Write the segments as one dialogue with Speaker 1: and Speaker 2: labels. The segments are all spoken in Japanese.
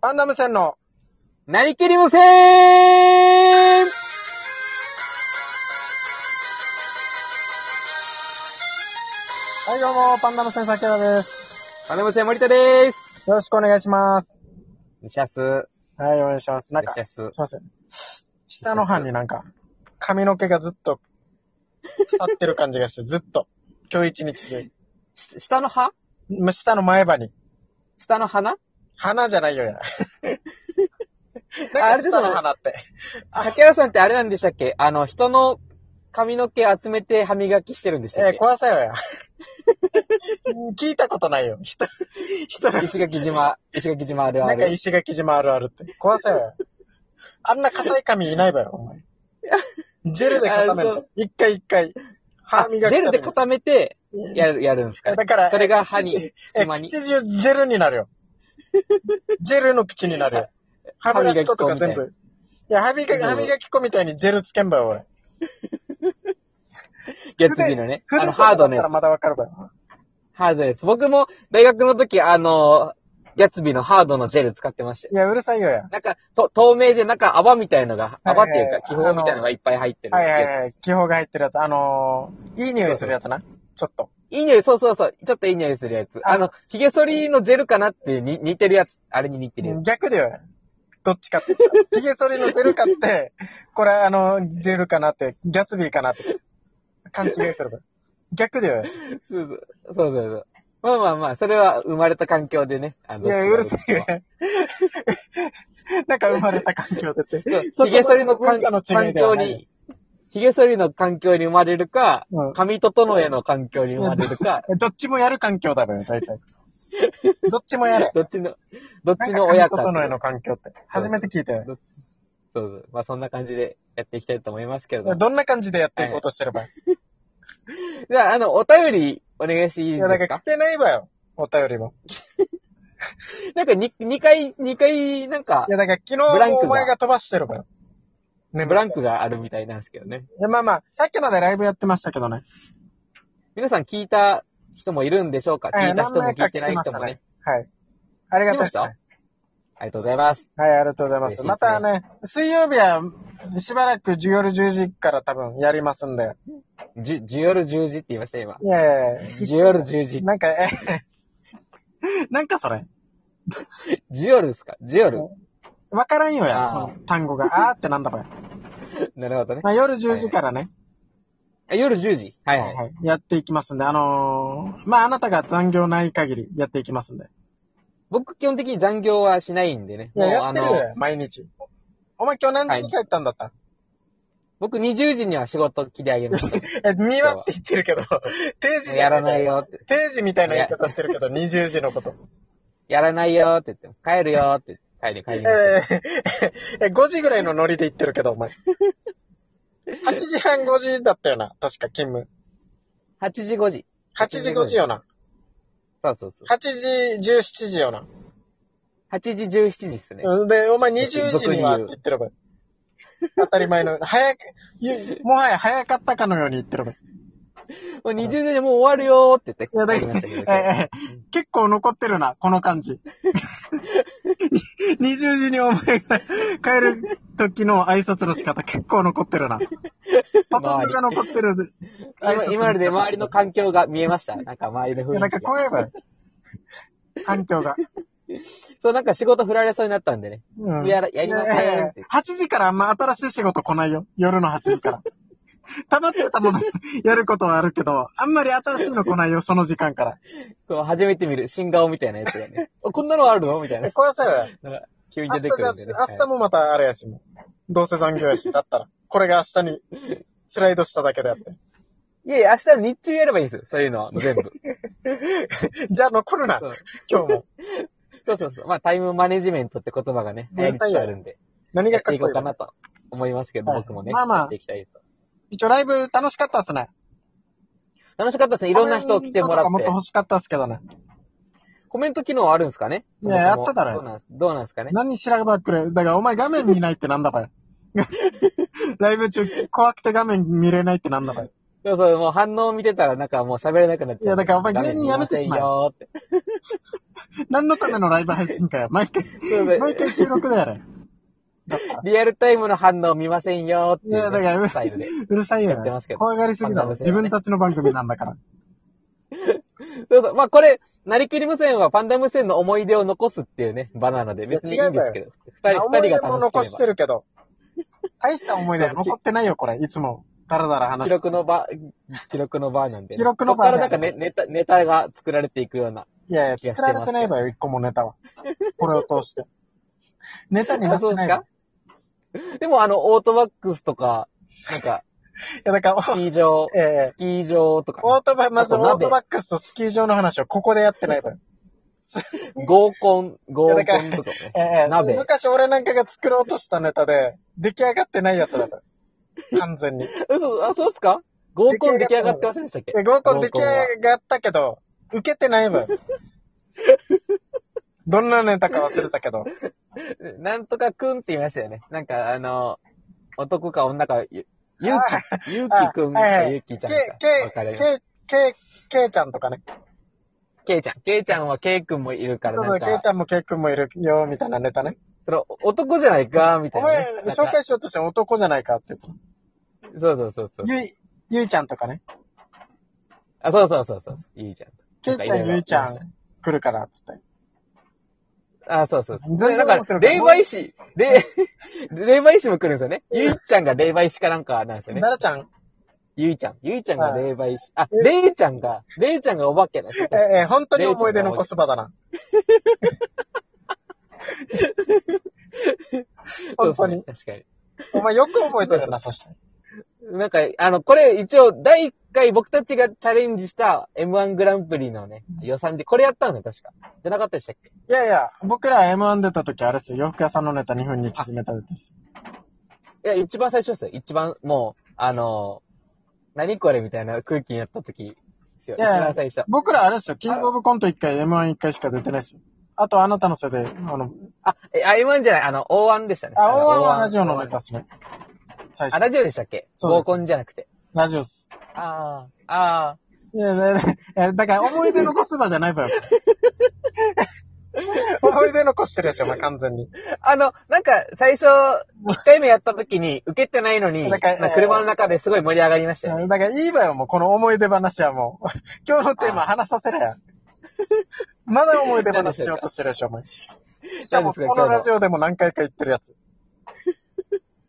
Speaker 1: パンダム戦の、
Speaker 2: なりきり無線
Speaker 1: はいどうも、パンダム戦さきらです。
Speaker 2: 金無線森田でーす。
Speaker 1: よろしくお願いします。
Speaker 2: ミシャス。
Speaker 1: はい、お願いします。なん
Speaker 2: ミ
Speaker 1: か
Speaker 2: シ、ャス
Speaker 1: すい。ません。下の歯になんか、髪の毛がずっと、腐ってる感じがして、ずっと、今日一日中
Speaker 2: し下の歯
Speaker 1: ま。下の前歯に、
Speaker 2: 下の鼻
Speaker 1: 鼻じゃないよや。
Speaker 2: あ
Speaker 1: な
Speaker 2: あ
Speaker 1: んか
Speaker 2: れ
Speaker 1: 下の鼻って。
Speaker 2: あ、竹原さんってあれなんでしたっけあの、人の髪の毛集めて歯磨きしてるんでしたっ
Speaker 1: えー、
Speaker 2: け、
Speaker 1: 壊せよや。 聞いたことないよ。人、人の
Speaker 2: 石垣 島、石垣島あるあ
Speaker 1: なんか
Speaker 2: る。
Speaker 1: 石垣島あるあるって。壊せよ。あんな硬い髪いないわよ、お 前。ジェルで固める
Speaker 2: あそ
Speaker 1: の。一回一回。
Speaker 2: あ
Speaker 1: 歯磨きた
Speaker 2: ジ
Speaker 1: め
Speaker 2: ェ
Speaker 1: に
Speaker 2: ルで固めて、やる、やるんですか、
Speaker 1: だから、
Speaker 2: それが歯に
Speaker 1: え、
Speaker 2: 隙間に
Speaker 1: 口中ジェルになるよ。ジェルの口になるよ。歯ブラシ粉とか全部。いや、歯磨き、
Speaker 2: うん
Speaker 1: 歯磨き粉みたいにジェルつけんばよ、俺。
Speaker 2: やつぎのね。あ
Speaker 1: 筆
Speaker 2: の、
Speaker 1: とか
Speaker 2: ハード
Speaker 1: だ
Speaker 2: のや
Speaker 1: ったら。
Speaker 2: つ
Speaker 1: まだわかるわよ。
Speaker 2: ハードのやつ。僕も、大学の時、あの、やつびのハードのジェル使ってましたよ
Speaker 1: いや、うるさいよや。
Speaker 2: なんか、と、透明で、なんか泡みたいのが、
Speaker 1: はい
Speaker 2: 泡っていう
Speaker 1: はい
Speaker 2: か、気泡みたいのがいっぱい入ってる
Speaker 1: はいはい
Speaker 2: や
Speaker 1: はい。気泡が入ってるやつ。あのー、いい匂いするやつな。ちょっと。
Speaker 2: つ。いい匂い、そうそうそう。ちょっといい匂いするやつ。
Speaker 1: あ
Speaker 2: あの、髭剃りのジェルかなっていうに似てるやつ。あれに似てるやつ。
Speaker 1: 逆だよね。どっちかって言ったら。ヒゲ剃りのジェルかって、 これあの、ジェルかなって、ギャツビーかなって。勘違いするから。逆だよね。
Speaker 2: そうそうそうそうそう。まあまあまあ、それは生まれた環境でね。あ
Speaker 1: いや、うるさいよ
Speaker 2: い。
Speaker 1: ね。 なんか生まれた環境でって。
Speaker 2: そう髭剃りの
Speaker 1: 文
Speaker 2: 環
Speaker 1: 化の違い
Speaker 2: 環
Speaker 1: では
Speaker 2: 境
Speaker 1: ない
Speaker 2: に、髭剃りの環境に生まれるか
Speaker 1: うん、
Speaker 2: 髪整えの環境に生まれ るか、
Speaker 1: どっちもやる環境だろよ、大 体。どっちもやれ。
Speaker 2: どっちの、どっ
Speaker 1: な
Speaker 2: ち
Speaker 1: ん
Speaker 2: の
Speaker 1: か
Speaker 2: 親
Speaker 1: 親
Speaker 2: か
Speaker 1: 子
Speaker 2: っていう。
Speaker 1: 整えの環境って。初めて聞いたよ。
Speaker 2: そうそう。まあそんな感じでやっていきたいと思いますけれども。
Speaker 1: どんな感じでやっていこうとしてればいい
Speaker 2: じゃあ、あの、お便り、お願いしていい
Speaker 1: い
Speaker 2: で
Speaker 1: や、だか
Speaker 2: す
Speaker 1: ら来
Speaker 2: か
Speaker 1: てないわよ。お便りも。
Speaker 2: なんかに、2回、二回、なんか
Speaker 1: い、や、だから昨
Speaker 2: ブラン
Speaker 1: 日
Speaker 2: クが
Speaker 1: お前が飛ばしてればよ。ね
Speaker 2: ブランクがあるみたいなんですけどね。
Speaker 1: いや、まあまあ、さっきまでライブやってましたけどね。
Speaker 2: 皆さん聞いた人もいるんでしょうか聞いた人も聞いてない人もね。。
Speaker 1: はい。ありが
Speaker 2: 聞
Speaker 1: と
Speaker 2: き
Speaker 1: うご
Speaker 2: ま
Speaker 1: ざいま
Speaker 2: し
Speaker 1: す
Speaker 2: たあ。りがとうございます。
Speaker 1: はい、ありがとうございます。
Speaker 2: ぜひ
Speaker 1: またね、水曜日は、しばらく夜10時から多分やりますんで。
Speaker 2: じゅ、じゅよる10時って言いました、今。
Speaker 1: いやいや
Speaker 2: じゅよる10時。
Speaker 1: なんか、え、 なんかそれ。
Speaker 2: じゅよるですかじゅよる。
Speaker 1: わからんよや、
Speaker 2: あー
Speaker 1: その単語が。あーってなんだこれ。
Speaker 2: なるほどね。
Speaker 1: まあ、夜10時からね、
Speaker 2: あ夜10時。はいはい。
Speaker 1: はいやっていきますんで、あのー、まあ、あなたが残業ない限りやっていきますんで。
Speaker 2: 僕、基本的に残業はしないんでね。
Speaker 1: いや、や
Speaker 2: あ
Speaker 1: ってるよ、毎日。お前今日何時に帰ったんだった、
Speaker 2: 僕20時には仕事切り上げました。
Speaker 1: え、2話って言ってる けど、定時じゃ
Speaker 2: やらないい
Speaker 1: よ。
Speaker 2: よって。
Speaker 1: 定時みたいな言い方してるけど、20時のこと。
Speaker 2: やらないよって言って。帰るよって。帰り、帰りました。
Speaker 1: えー、え、5時ぐ らいのノリで言ってるけど、お 前。8時半5時だったよな、確か勤務。
Speaker 2: 8時5時。
Speaker 1: 8時5時よな。
Speaker 2: そうそうそう。
Speaker 1: 8時17時よな。
Speaker 2: 8時17時っすね。
Speaker 1: うんで、お前20時にはって言ってる ば。当たり前の。早く、ゆもはや早かったかのように言ってるば。い
Speaker 2: もう20時でもう終わるよーって言って。
Speaker 1: や、だ
Speaker 2: 帰
Speaker 1: け
Speaker 2: り
Speaker 1: ど、
Speaker 2: ましたけど
Speaker 1: ええ結構残ってるな、この感じ。20時にお前が帰る時の挨拶の仕方結構残ってるな。ほとんどが残ってる挨拶の仕方
Speaker 2: 今今までで周りの環境が見えました。なんか周りの
Speaker 1: い
Speaker 2: 雰
Speaker 1: や、なん
Speaker 2: 囲
Speaker 1: か
Speaker 2: 気
Speaker 1: こ
Speaker 2: が。
Speaker 1: う言えばいい、環境が。
Speaker 2: そう、なんか仕事振られそうになったんでね。
Speaker 1: うん
Speaker 2: やらやりませ
Speaker 1: い
Speaker 2: んって
Speaker 1: やいやいや8時からあんま新しい仕事来ないよ。夜の8時から。たまってたものやることはあるけど、あんまり新しいの来ないよ、その時間から。
Speaker 2: こう初めて見る新顔みたいなやつ がね。おこんなのあるのみたいな。
Speaker 1: 壊せよ。
Speaker 2: なんか急に
Speaker 1: 明
Speaker 2: 出
Speaker 1: 日じ
Speaker 2: て
Speaker 1: ゃ
Speaker 2: くるんでね。
Speaker 1: 明日もまたあれやし、もう。どうせ残業やし、だったら。これが明日にスライドしただけであって。
Speaker 2: いやいや、明日日中やればいいんですよ。そういうのは全部。
Speaker 1: じゃあ残るな
Speaker 2: そう、
Speaker 1: 今日も。
Speaker 2: そうそうそう。まあタイムマネジメントって言葉がね、
Speaker 1: う
Speaker 2: 流
Speaker 1: る
Speaker 2: 行りつ
Speaker 1: さい
Speaker 2: つ
Speaker 1: よ
Speaker 2: あるんで。
Speaker 1: 何が
Speaker 2: やっ
Speaker 1: かっ
Speaker 2: ていこ
Speaker 1: こいうい
Speaker 2: か
Speaker 1: の
Speaker 2: なと思いますけど、
Speaker 1: はい
Speaker 2: 僕もね。
Speaker 1: まあまあ
Speaker 2: やっていきたいと。
Speaker 1: 一応ライブ楽しかったっすね。
Speaker 2: 楽しかったですね。いろんな人来てもらっ
Speaker 1: コメントとかもってと。欲しかったっすけどね。
Speaker 2: コメント機能あるんですかね
Speaker 1: いや
Speaker 2: そもそも
Speaker 1: やってたら
Speaker 2: どうなんすどうなんですかね
Speaker 1: 何しらばっくれ。だからお前画面 見ないってなんだばよ。ライブ中怖くて画面見れないってなんだばよ。
Speaker 2: そうそう、もう反応見てたらなんかもう喋れなくなっちゃう。
Speaker 1: いやだからお前芸人やめてしまえ
Speaker 2: ダメすいま
Speaker 1: 何のためのライブ配信かよ。毎回、
Speaker 2: せんよーって。 そう
Speaker 1: 毎回収録だよ、あ れ。
Speaker 2: リアルタイムの反応見ませんよーってう。
Speaker 1: いやだから
Speaker 2: スタイルで。
Speaker 1: うるさいよ
Speaker 2: やってますけ。ど
Speaker 1: 怖がりすぎだろ。
Speaker 2: こんなのです
Speaker 1: 自
Speaker 2: よね
Speaker 1: 分たちの番組なんだから。
Speaker 2: そうそう。まあこれ、なりきり無線はパンダ無線の思い出を残すっていうね、場なので、別にいいんですけど。二人、二人が
Speaker 1: 思い出も
Speaker 2: 楽
Speaker 1: 残
Speaker 2: し
Speaker 1: し
Speaker 2: け
Speaker 1: て
Speaker 2: れ
Speaker 1: るけ ど。大した思い出は残ってないよ、これ。いつも。だらだら
Speaker 2: ば。
Speaker 1: 話
Speaker 2: 記
Speaker 1: して。
Speaker 2: 録の場、記録の場なんで、
Speaker 1: 記録の場
Speaker 2: こ
Speaker 1: で
Speaker 2: こからなんかねネタ、ネタが作られていくような。
Speaker 1: いやいや、
Speaker 2: 気がして
Speaker 1: 作
Speaker 2: ます
Speaker 1: られてないわよ、一個もネ タは。これを通して。ネタになってないわ。
Speaker 2: あでもあの、オートバックスとか、なんか、
Speaker 1: いや、だから、
Speaker 2: スキー場、
Speaker 1: ええ
Speaker 2: スキー場とか
Speaker 1: オートバ、まず
Speaker 2: あ
Speaker 1: オ
Speaker 2: と鍋
Speaker 1: ートバックスとスキー場の話をここでやってない 分。
Speaker 2: ね、合コン、合コンとかもね。
Speaker 1: ええ
Speaker 2: 鍋
Speaker 1: 昔俺なんかが作ろうとしたネタで、出来上がってないやつだ から。完全に。
Speaker 2: 嘘、あ、そうっすか合コン出来上がってませんでしたっけ
Speaker 1: え、合コン出来
Speaker 2: 合コンは
Speaker 1: 上がったけど、受けてない 分。どんなネタか忘れたけど。
Speaker 2: なんとかくんって言いましたよね。なんか、あの、男か女か、ゆ、ゆうき、ゆうきくん
Speaker 1: あはいは
Speaker 2: か
Speaker 1: い
Speaker 2: ゆうきち
Speaker 1: け
Speaker 2: ゃんか。わか
Speaker 1: け、
Speaker 2: ります。
Speaker 1: け、け、けいちゃんとかね。
Speaker 2: けいちゃん。けいちゃんはけいくんもいるから、
Speaker 1: そう
Speaker 2: な
Speaker 1: そ
Speaker 2: ん
Speaker 1: う、けい
Speaker 2: か
Speaker 1: ち、ゃんもけいくんもいるよ、みたいなネタね。
Speaker 2: その、男じゃないか、みた
Speaker 1: お
Speaker 2: いなね、
Speaker 1: 前、
Speaker 2: なんか
Speaker 1: 紹介しようとしても男じゃないかって言ってた
Speaker 2: そうそうそうそう。
Speaker 1: ゆい、ゆいちゃんとかね。
Speaker 2: あ、そうそうそうそう。ゆいちゃん。
Speaker 1: けいちゃん、ゆいちゃん来るから、つって。
Speaker 2: あ、そうそうそう。
Speaker 1: 全然
Speaker 2: だから
Speaker 1: 面白、くない
Speaker 2: 霊媒師、霊、霊媒師も来るんですよね。ゆいちゃんが霊媒師かなんかなんですよね。
Speaker 1: 奈良ちゃん、
Speaker 2: ゆいちゃん。ゆいちゃんが霊媒師。あ、
Speaker 1: え
Speaker 2: 霊ちゃんが、霊ちゃんがお化 けだ。
Speaker 1: ええ、本当に思い出残す場だな。
Speaker 2: そ
Speaker 1: 本
Speaker 2: うです
Speaker 1: 当
Speaker 2: ね
Speaker 1: に。
Speaker 2: 確かに。
Speaker 1: お前よく覚えて るな、そして。
Speaker 2: なんか、あの、これ一応、第1回僕たちがチャレンジした M1 グランプリのね、予算で、これやったんですよ、確か。じゃなかったでしたっけ
Speaker 1: いやいや、僕ら M1 出た時あれですよ、洋服屋さんのネタ2分に縮めたですよ。
Speaker 2: いや、一番最初ですよ。一番、もう、あの、何これみたいな空気になった時ですよ。
Speaker 1: い
Speaker 2: 一
Speaker 1: やいや
Speaker 2: 番最初。
Speaker 1: 僕らあれですよ、キングオブコント1回、M11 回しか出てないですよ。あとあなたのせいで、あの、
Speaker 2: あ、え、あ M1 じゃない、あの、O1 でしたね。
Speaker 1: あ、
Speaker 2: の
Speaker 1: O1 はラジオのネタ。ですね。最
Speaker 2: あ、
Speaker 1: 初。
Speaker 2: ラジオでしたっけ
Speaker 1: そうです
Speaker 2: 合コンじゃなくて。
Speaker 1: ラジオっす。
Speaker 2: ああ、ああ。
Speaker 1: いや、だだだから思い出残す場じゃない 場よ。思い出残してるでしょ、お前完全に。
Speaker 2: あの、なんか、最初、1回目やった時に、受けてないのに、
Speaker 1: な
Speaker 2: なん
Speaker 1: か
Speaker 2: んか車の中ですごい盛り上がりましたよね。
Speaker 1: だからいいわよ、もうこの思い出話はもう。今日のテーマ話させれや。まだ思い出話しようとしてるでしょ、お前。しかも、このラジオでも何回か言ってるやつ。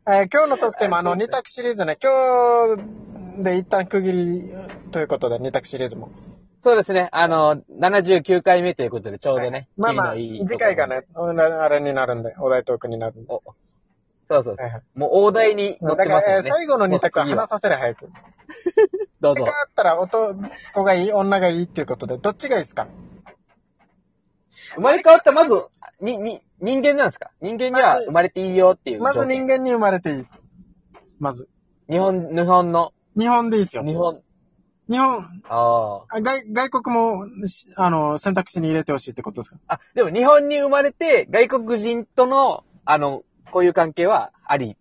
Speaker 1: えー今日のトークテーマ、あの、二択シリーズね、今日で一旦区切りということで、二択シリーズも。
Speaker 2: そうですね。あの、79回目ということで、ちょうどね。
Speaker 1: まあまあ、
Speaker 2: 切りのいい
Speaker 1: 次回が。ね、あれになるんで、お題トークになるんで。
Speaker 2: おそうそうそ。
Speaker 1: はいはいう
Speaker 2: もう大台に乗
Speaker 1: だ
Speaker 2: っ
Speaker 1: か
Speaker 2: てま
Speaker 1: ら
Speaker 2: す、
Speaker 1: え
Speaker 2: よ
Speaker 1: ー
Speaker 2: ね。
Speaker 1: 最後の二択は
Speaker 2: もう次
Speaker 1: 話させれ、早く。
Speaker 2: どう
Speaker 1: で
Speaker 2: ぞ
Speaker 1: か。ったら男がいい、女がいいっていうことで、どっちがいいですか
Speaker 2: 生まれ変わった、まず、に、に、人間なんですか人間に
Speaker 1: ま
Speaker 2: は
Speaker 1: ず
Speaker 2: 生まれていいよっていう。
Speaker 1: まず人。間に生まれていい。まず。
Speaker 2: 日本、日本の、
Speaker 1: 日本でいいですよ。
Speaker 2: 日本、
Speaker 1: 日本、
Speaker 2: ああ。
Speaker 1: あ外外国もし、あの、選択肢に入れてほしいってことですか
Speaker 2: あ、でも日本に生まれて、外国人との、あの、こういう関係はあり。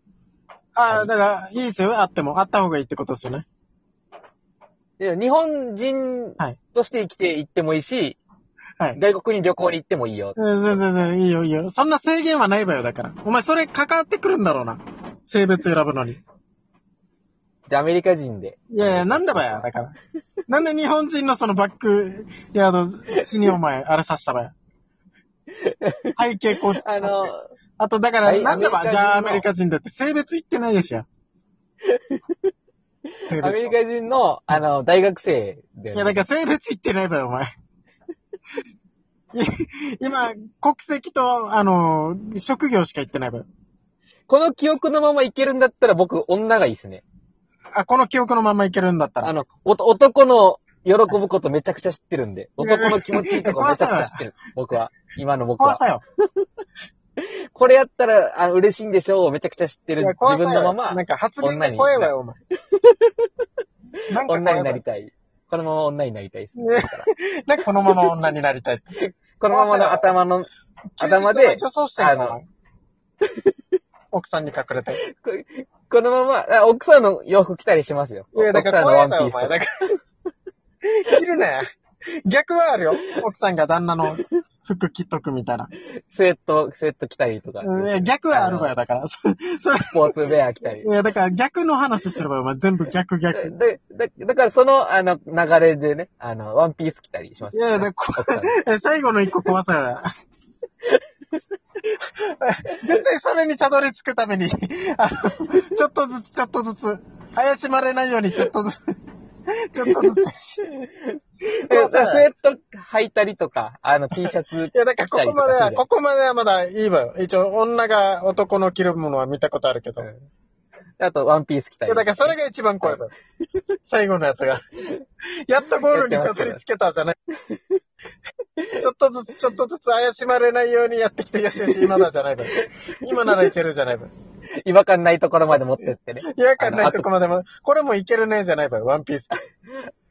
Speaker 1: あ
Speaker 2: は
Speaker 1: あ、
Speaker 2: い
Speaker 1: だから、いいですよ。あっても。あった方がいいってことですよね。
Speaker 2: で日本人
Speaker 1: はい
Speaker 2: として生きていってもいいし、
Speaker 1: はい。
Speaker 2: 外国に旅行に行ってもいいよ。
Speaker 1: うん全然、全然、いいよ、いいよ。そんな制限はないわよ、だから。お前、それ関わってくるんだろうな。性別選ぶのに。
Speaker 2: じゃあアメリカ人で。
Speaker 1: いやいや、なんだばや、だから。なんで日本人のそのバックヤード、死にお 前、あれさしたばや。背景構築さ
Speaker 2: あ
Speaker 1: せて
Speaker 2: の、
Speaker 1: あと、だか
Speaker 2: は
Speaker 1: ら、
Speaker 2: い
Speaker 1: なんだば、
Speaker 2: アメ
Speaker 1: じ
Speaker 2: リカ人の
Speaker 1: ゃあアメリカ人だって、性別言ってないでし ょ。性別
Speaker 2: アメリカ人の、あの、大学生で、
Speaker 1: いや、だから性別言ってないわよ、お前。い今、国籍と、あの、職業しか言ってないわよ。
Speaker 2: この記憶のままいけるんだったら僕、女がいいですね。
Speaker 1: あ、この記憶のままいけるんだったら。
Speaker 2: あの、おと男の喜ぶことめちゃくちゃ知ってるんで、男の気持ちいいとこめちゃくちゃ知 ってる。僕は、今の僕
Speaker 1: 怖
Speaker 2: は。
Speaker 1: さよ。
Speaker 2: これやったら、あ嬉しいんでしょう、めちゃくちゃ知ってる。
Speaker 1: いや
Speaker 2: 自
Speaker 1: 怖さ
Speaker 2: 分
Speaker 1: よ
Speaker 2: のまま
Speaker 1: なん、か発言が怖いわよ、お前。なんか怖
Speaker 2: 女
Speaker 1: い
Speaker 2: に
Speaker 1: わ
Speaker 2: な
Speaker 1: よ
Speaker 2: りたい。このまま女になりたいです。
Speaker 1: ね なんかこのまま女になり たい。
Speaker 2: このままの頭の、頭で
Speaker 1: 急に女装してんの
Speaker 2: あの
Speaker 1: お前奥さんに隠れて。
Speaker 2: ここのまま、あ奥さんの洋服着たりしますよ。
Speaker 1: いや、だから
Speaker 2: 奥
Speaker 1: 怖
Speaker 2: さ
Speaker 1: い
Speaker 2: ん
Speaker 1: な、
Speaker 2: の
Speaker 1: お
Speaker 2: ワ
Speaker 1: 前。
Speaker 2: ンピースとか
Speaker 1: だから。い るね。逆はあるよ。奥さんが旦那の服着とくみた いな。
Speaker 2: スウェット、スウェット着たりとか、
Speaker 1: うんいや逆はあるわよ、だから。そそれ、
Speaker 2: スポーツウェア着たり
Speaker 1: い。や、だから逆の話してればよ、お前全部逆逆。
Speaker 2: で、で、だからその、あの、流れでね、あの、ワンピース着たりしま
Speaker 1: い
Speaker 2: した、
Speaker 1: やいや、だから
Speaker 2: 奥さん
Speaker 1: え最後の一個怖さよ。絶対それにたどり着くために、あのちょっとずつちょっとずつ、怪しまれないようにちょっとずつ、ちょっとずつ。
Speaker 2: えだからスウェット履いたりとか、あの、T シャツ
Speaker 1: いや、だからここまでは、ここまではまだいいわよ。一応、女が男の着るものは見たことあるけど。い
Speaker 2: うんあとワンピース着たり。
Speaker 1: や、だからそれが一番怖いわよ。最後のやつ が。やっとゴールにたどり着けたじゃない。ちょっとずつ、ちょっとずつ怪しまれないようにやってきて、よし よし、今だじゃないわよ。今ならいけるじゃないわよ。
Speaker 2: 違和感ないところまで持ってってね。
Speaker 1: 違和感ないとこまでも、これもいけるねじゃないわよ、ワンピース。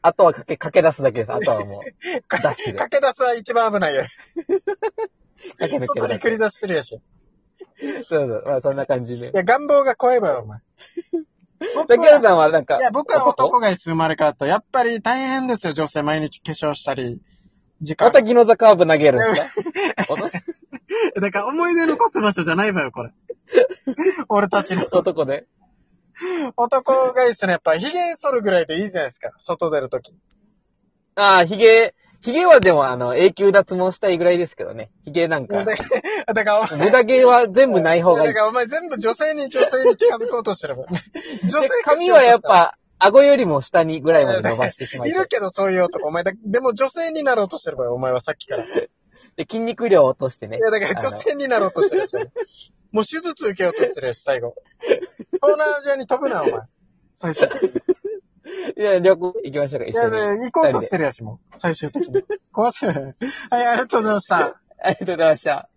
Speaker 2: あとはかけ、かけ出すだけです。あとはも う、ダッシュで。
Speaker 1: 駆け出すは一番危ないよ。
Speaker 2: かけ
Speaker 1: 外
Speaker 2: 抜ける
Speaker 1: に
Speaker 2: だ
Speaker 1: 繰
Speaker 2: け。
Speaker 1: り出してるやし。い
Speaker 2: そうそう。まあそんな感じで。
Speaker 1: や、願望が怖いわよ、お前。
Speaker 2: 竹原さんはなんか、
Speaker 1: いや、僕は
Speaker 2: 男
Speaker 1: 男がいつ生まれ変わった。やっぱり大変ですよ、女性。毎日化粧したり。時間。
Speaker 2: またギノザカーブ投げるんですか
Speaker 1: だから思い出残す場所じゃないわよ、 これ。俺たちの。
Speaker 2: 男で。
Speaker 1: 男がいいっすね。やっぱ、髭剃るぐらいでいいじゃないですか。外出るとき。
Speaker 2: ああ、ヒゲ、ヒゲはでもあの、永久脱毛したいぐらいですけどね。ヒゲなんか
Speaker 1: だ、から、だからお前、
Speaker 2: 無駄毛は全部ない方がいい
Speaker 1: だか。らお前全部女性に女性に近づこうとしてるもん。女性化しようとして
Speaker 2: で
Speaker 1: る
Speaker 2: 髪はやっ、ぱ、顎よりも下にぐらいまで伸ばしてしまい
Speaker 1: い
Speaker 2: たい
Speaker 1: るけどそういう男。お前だ、でも女性になろうとしてるわよ、お前はさっ きから。い
Speaker 2: で、筋肉量を落としてね。
Speaker 1: や、だから
Speaker 2: あの
Speaker 1: 女性になろうとしてるでしょ。もう手術受けようとしてるし、最後。東南アジアに飛ぶな、お前。最終的に。
Speaker 2: いや、旅行行きましょうか、
Speaker 1: い
Speaker 2: 一緒
Speaker 1: や、
Speaker 2: に。
Speaker 1: ね、行こうとしてるやし、もう。最終的に。怖すぎる。はい、ありがとうございました。
Speaker 2: ありがとうございました。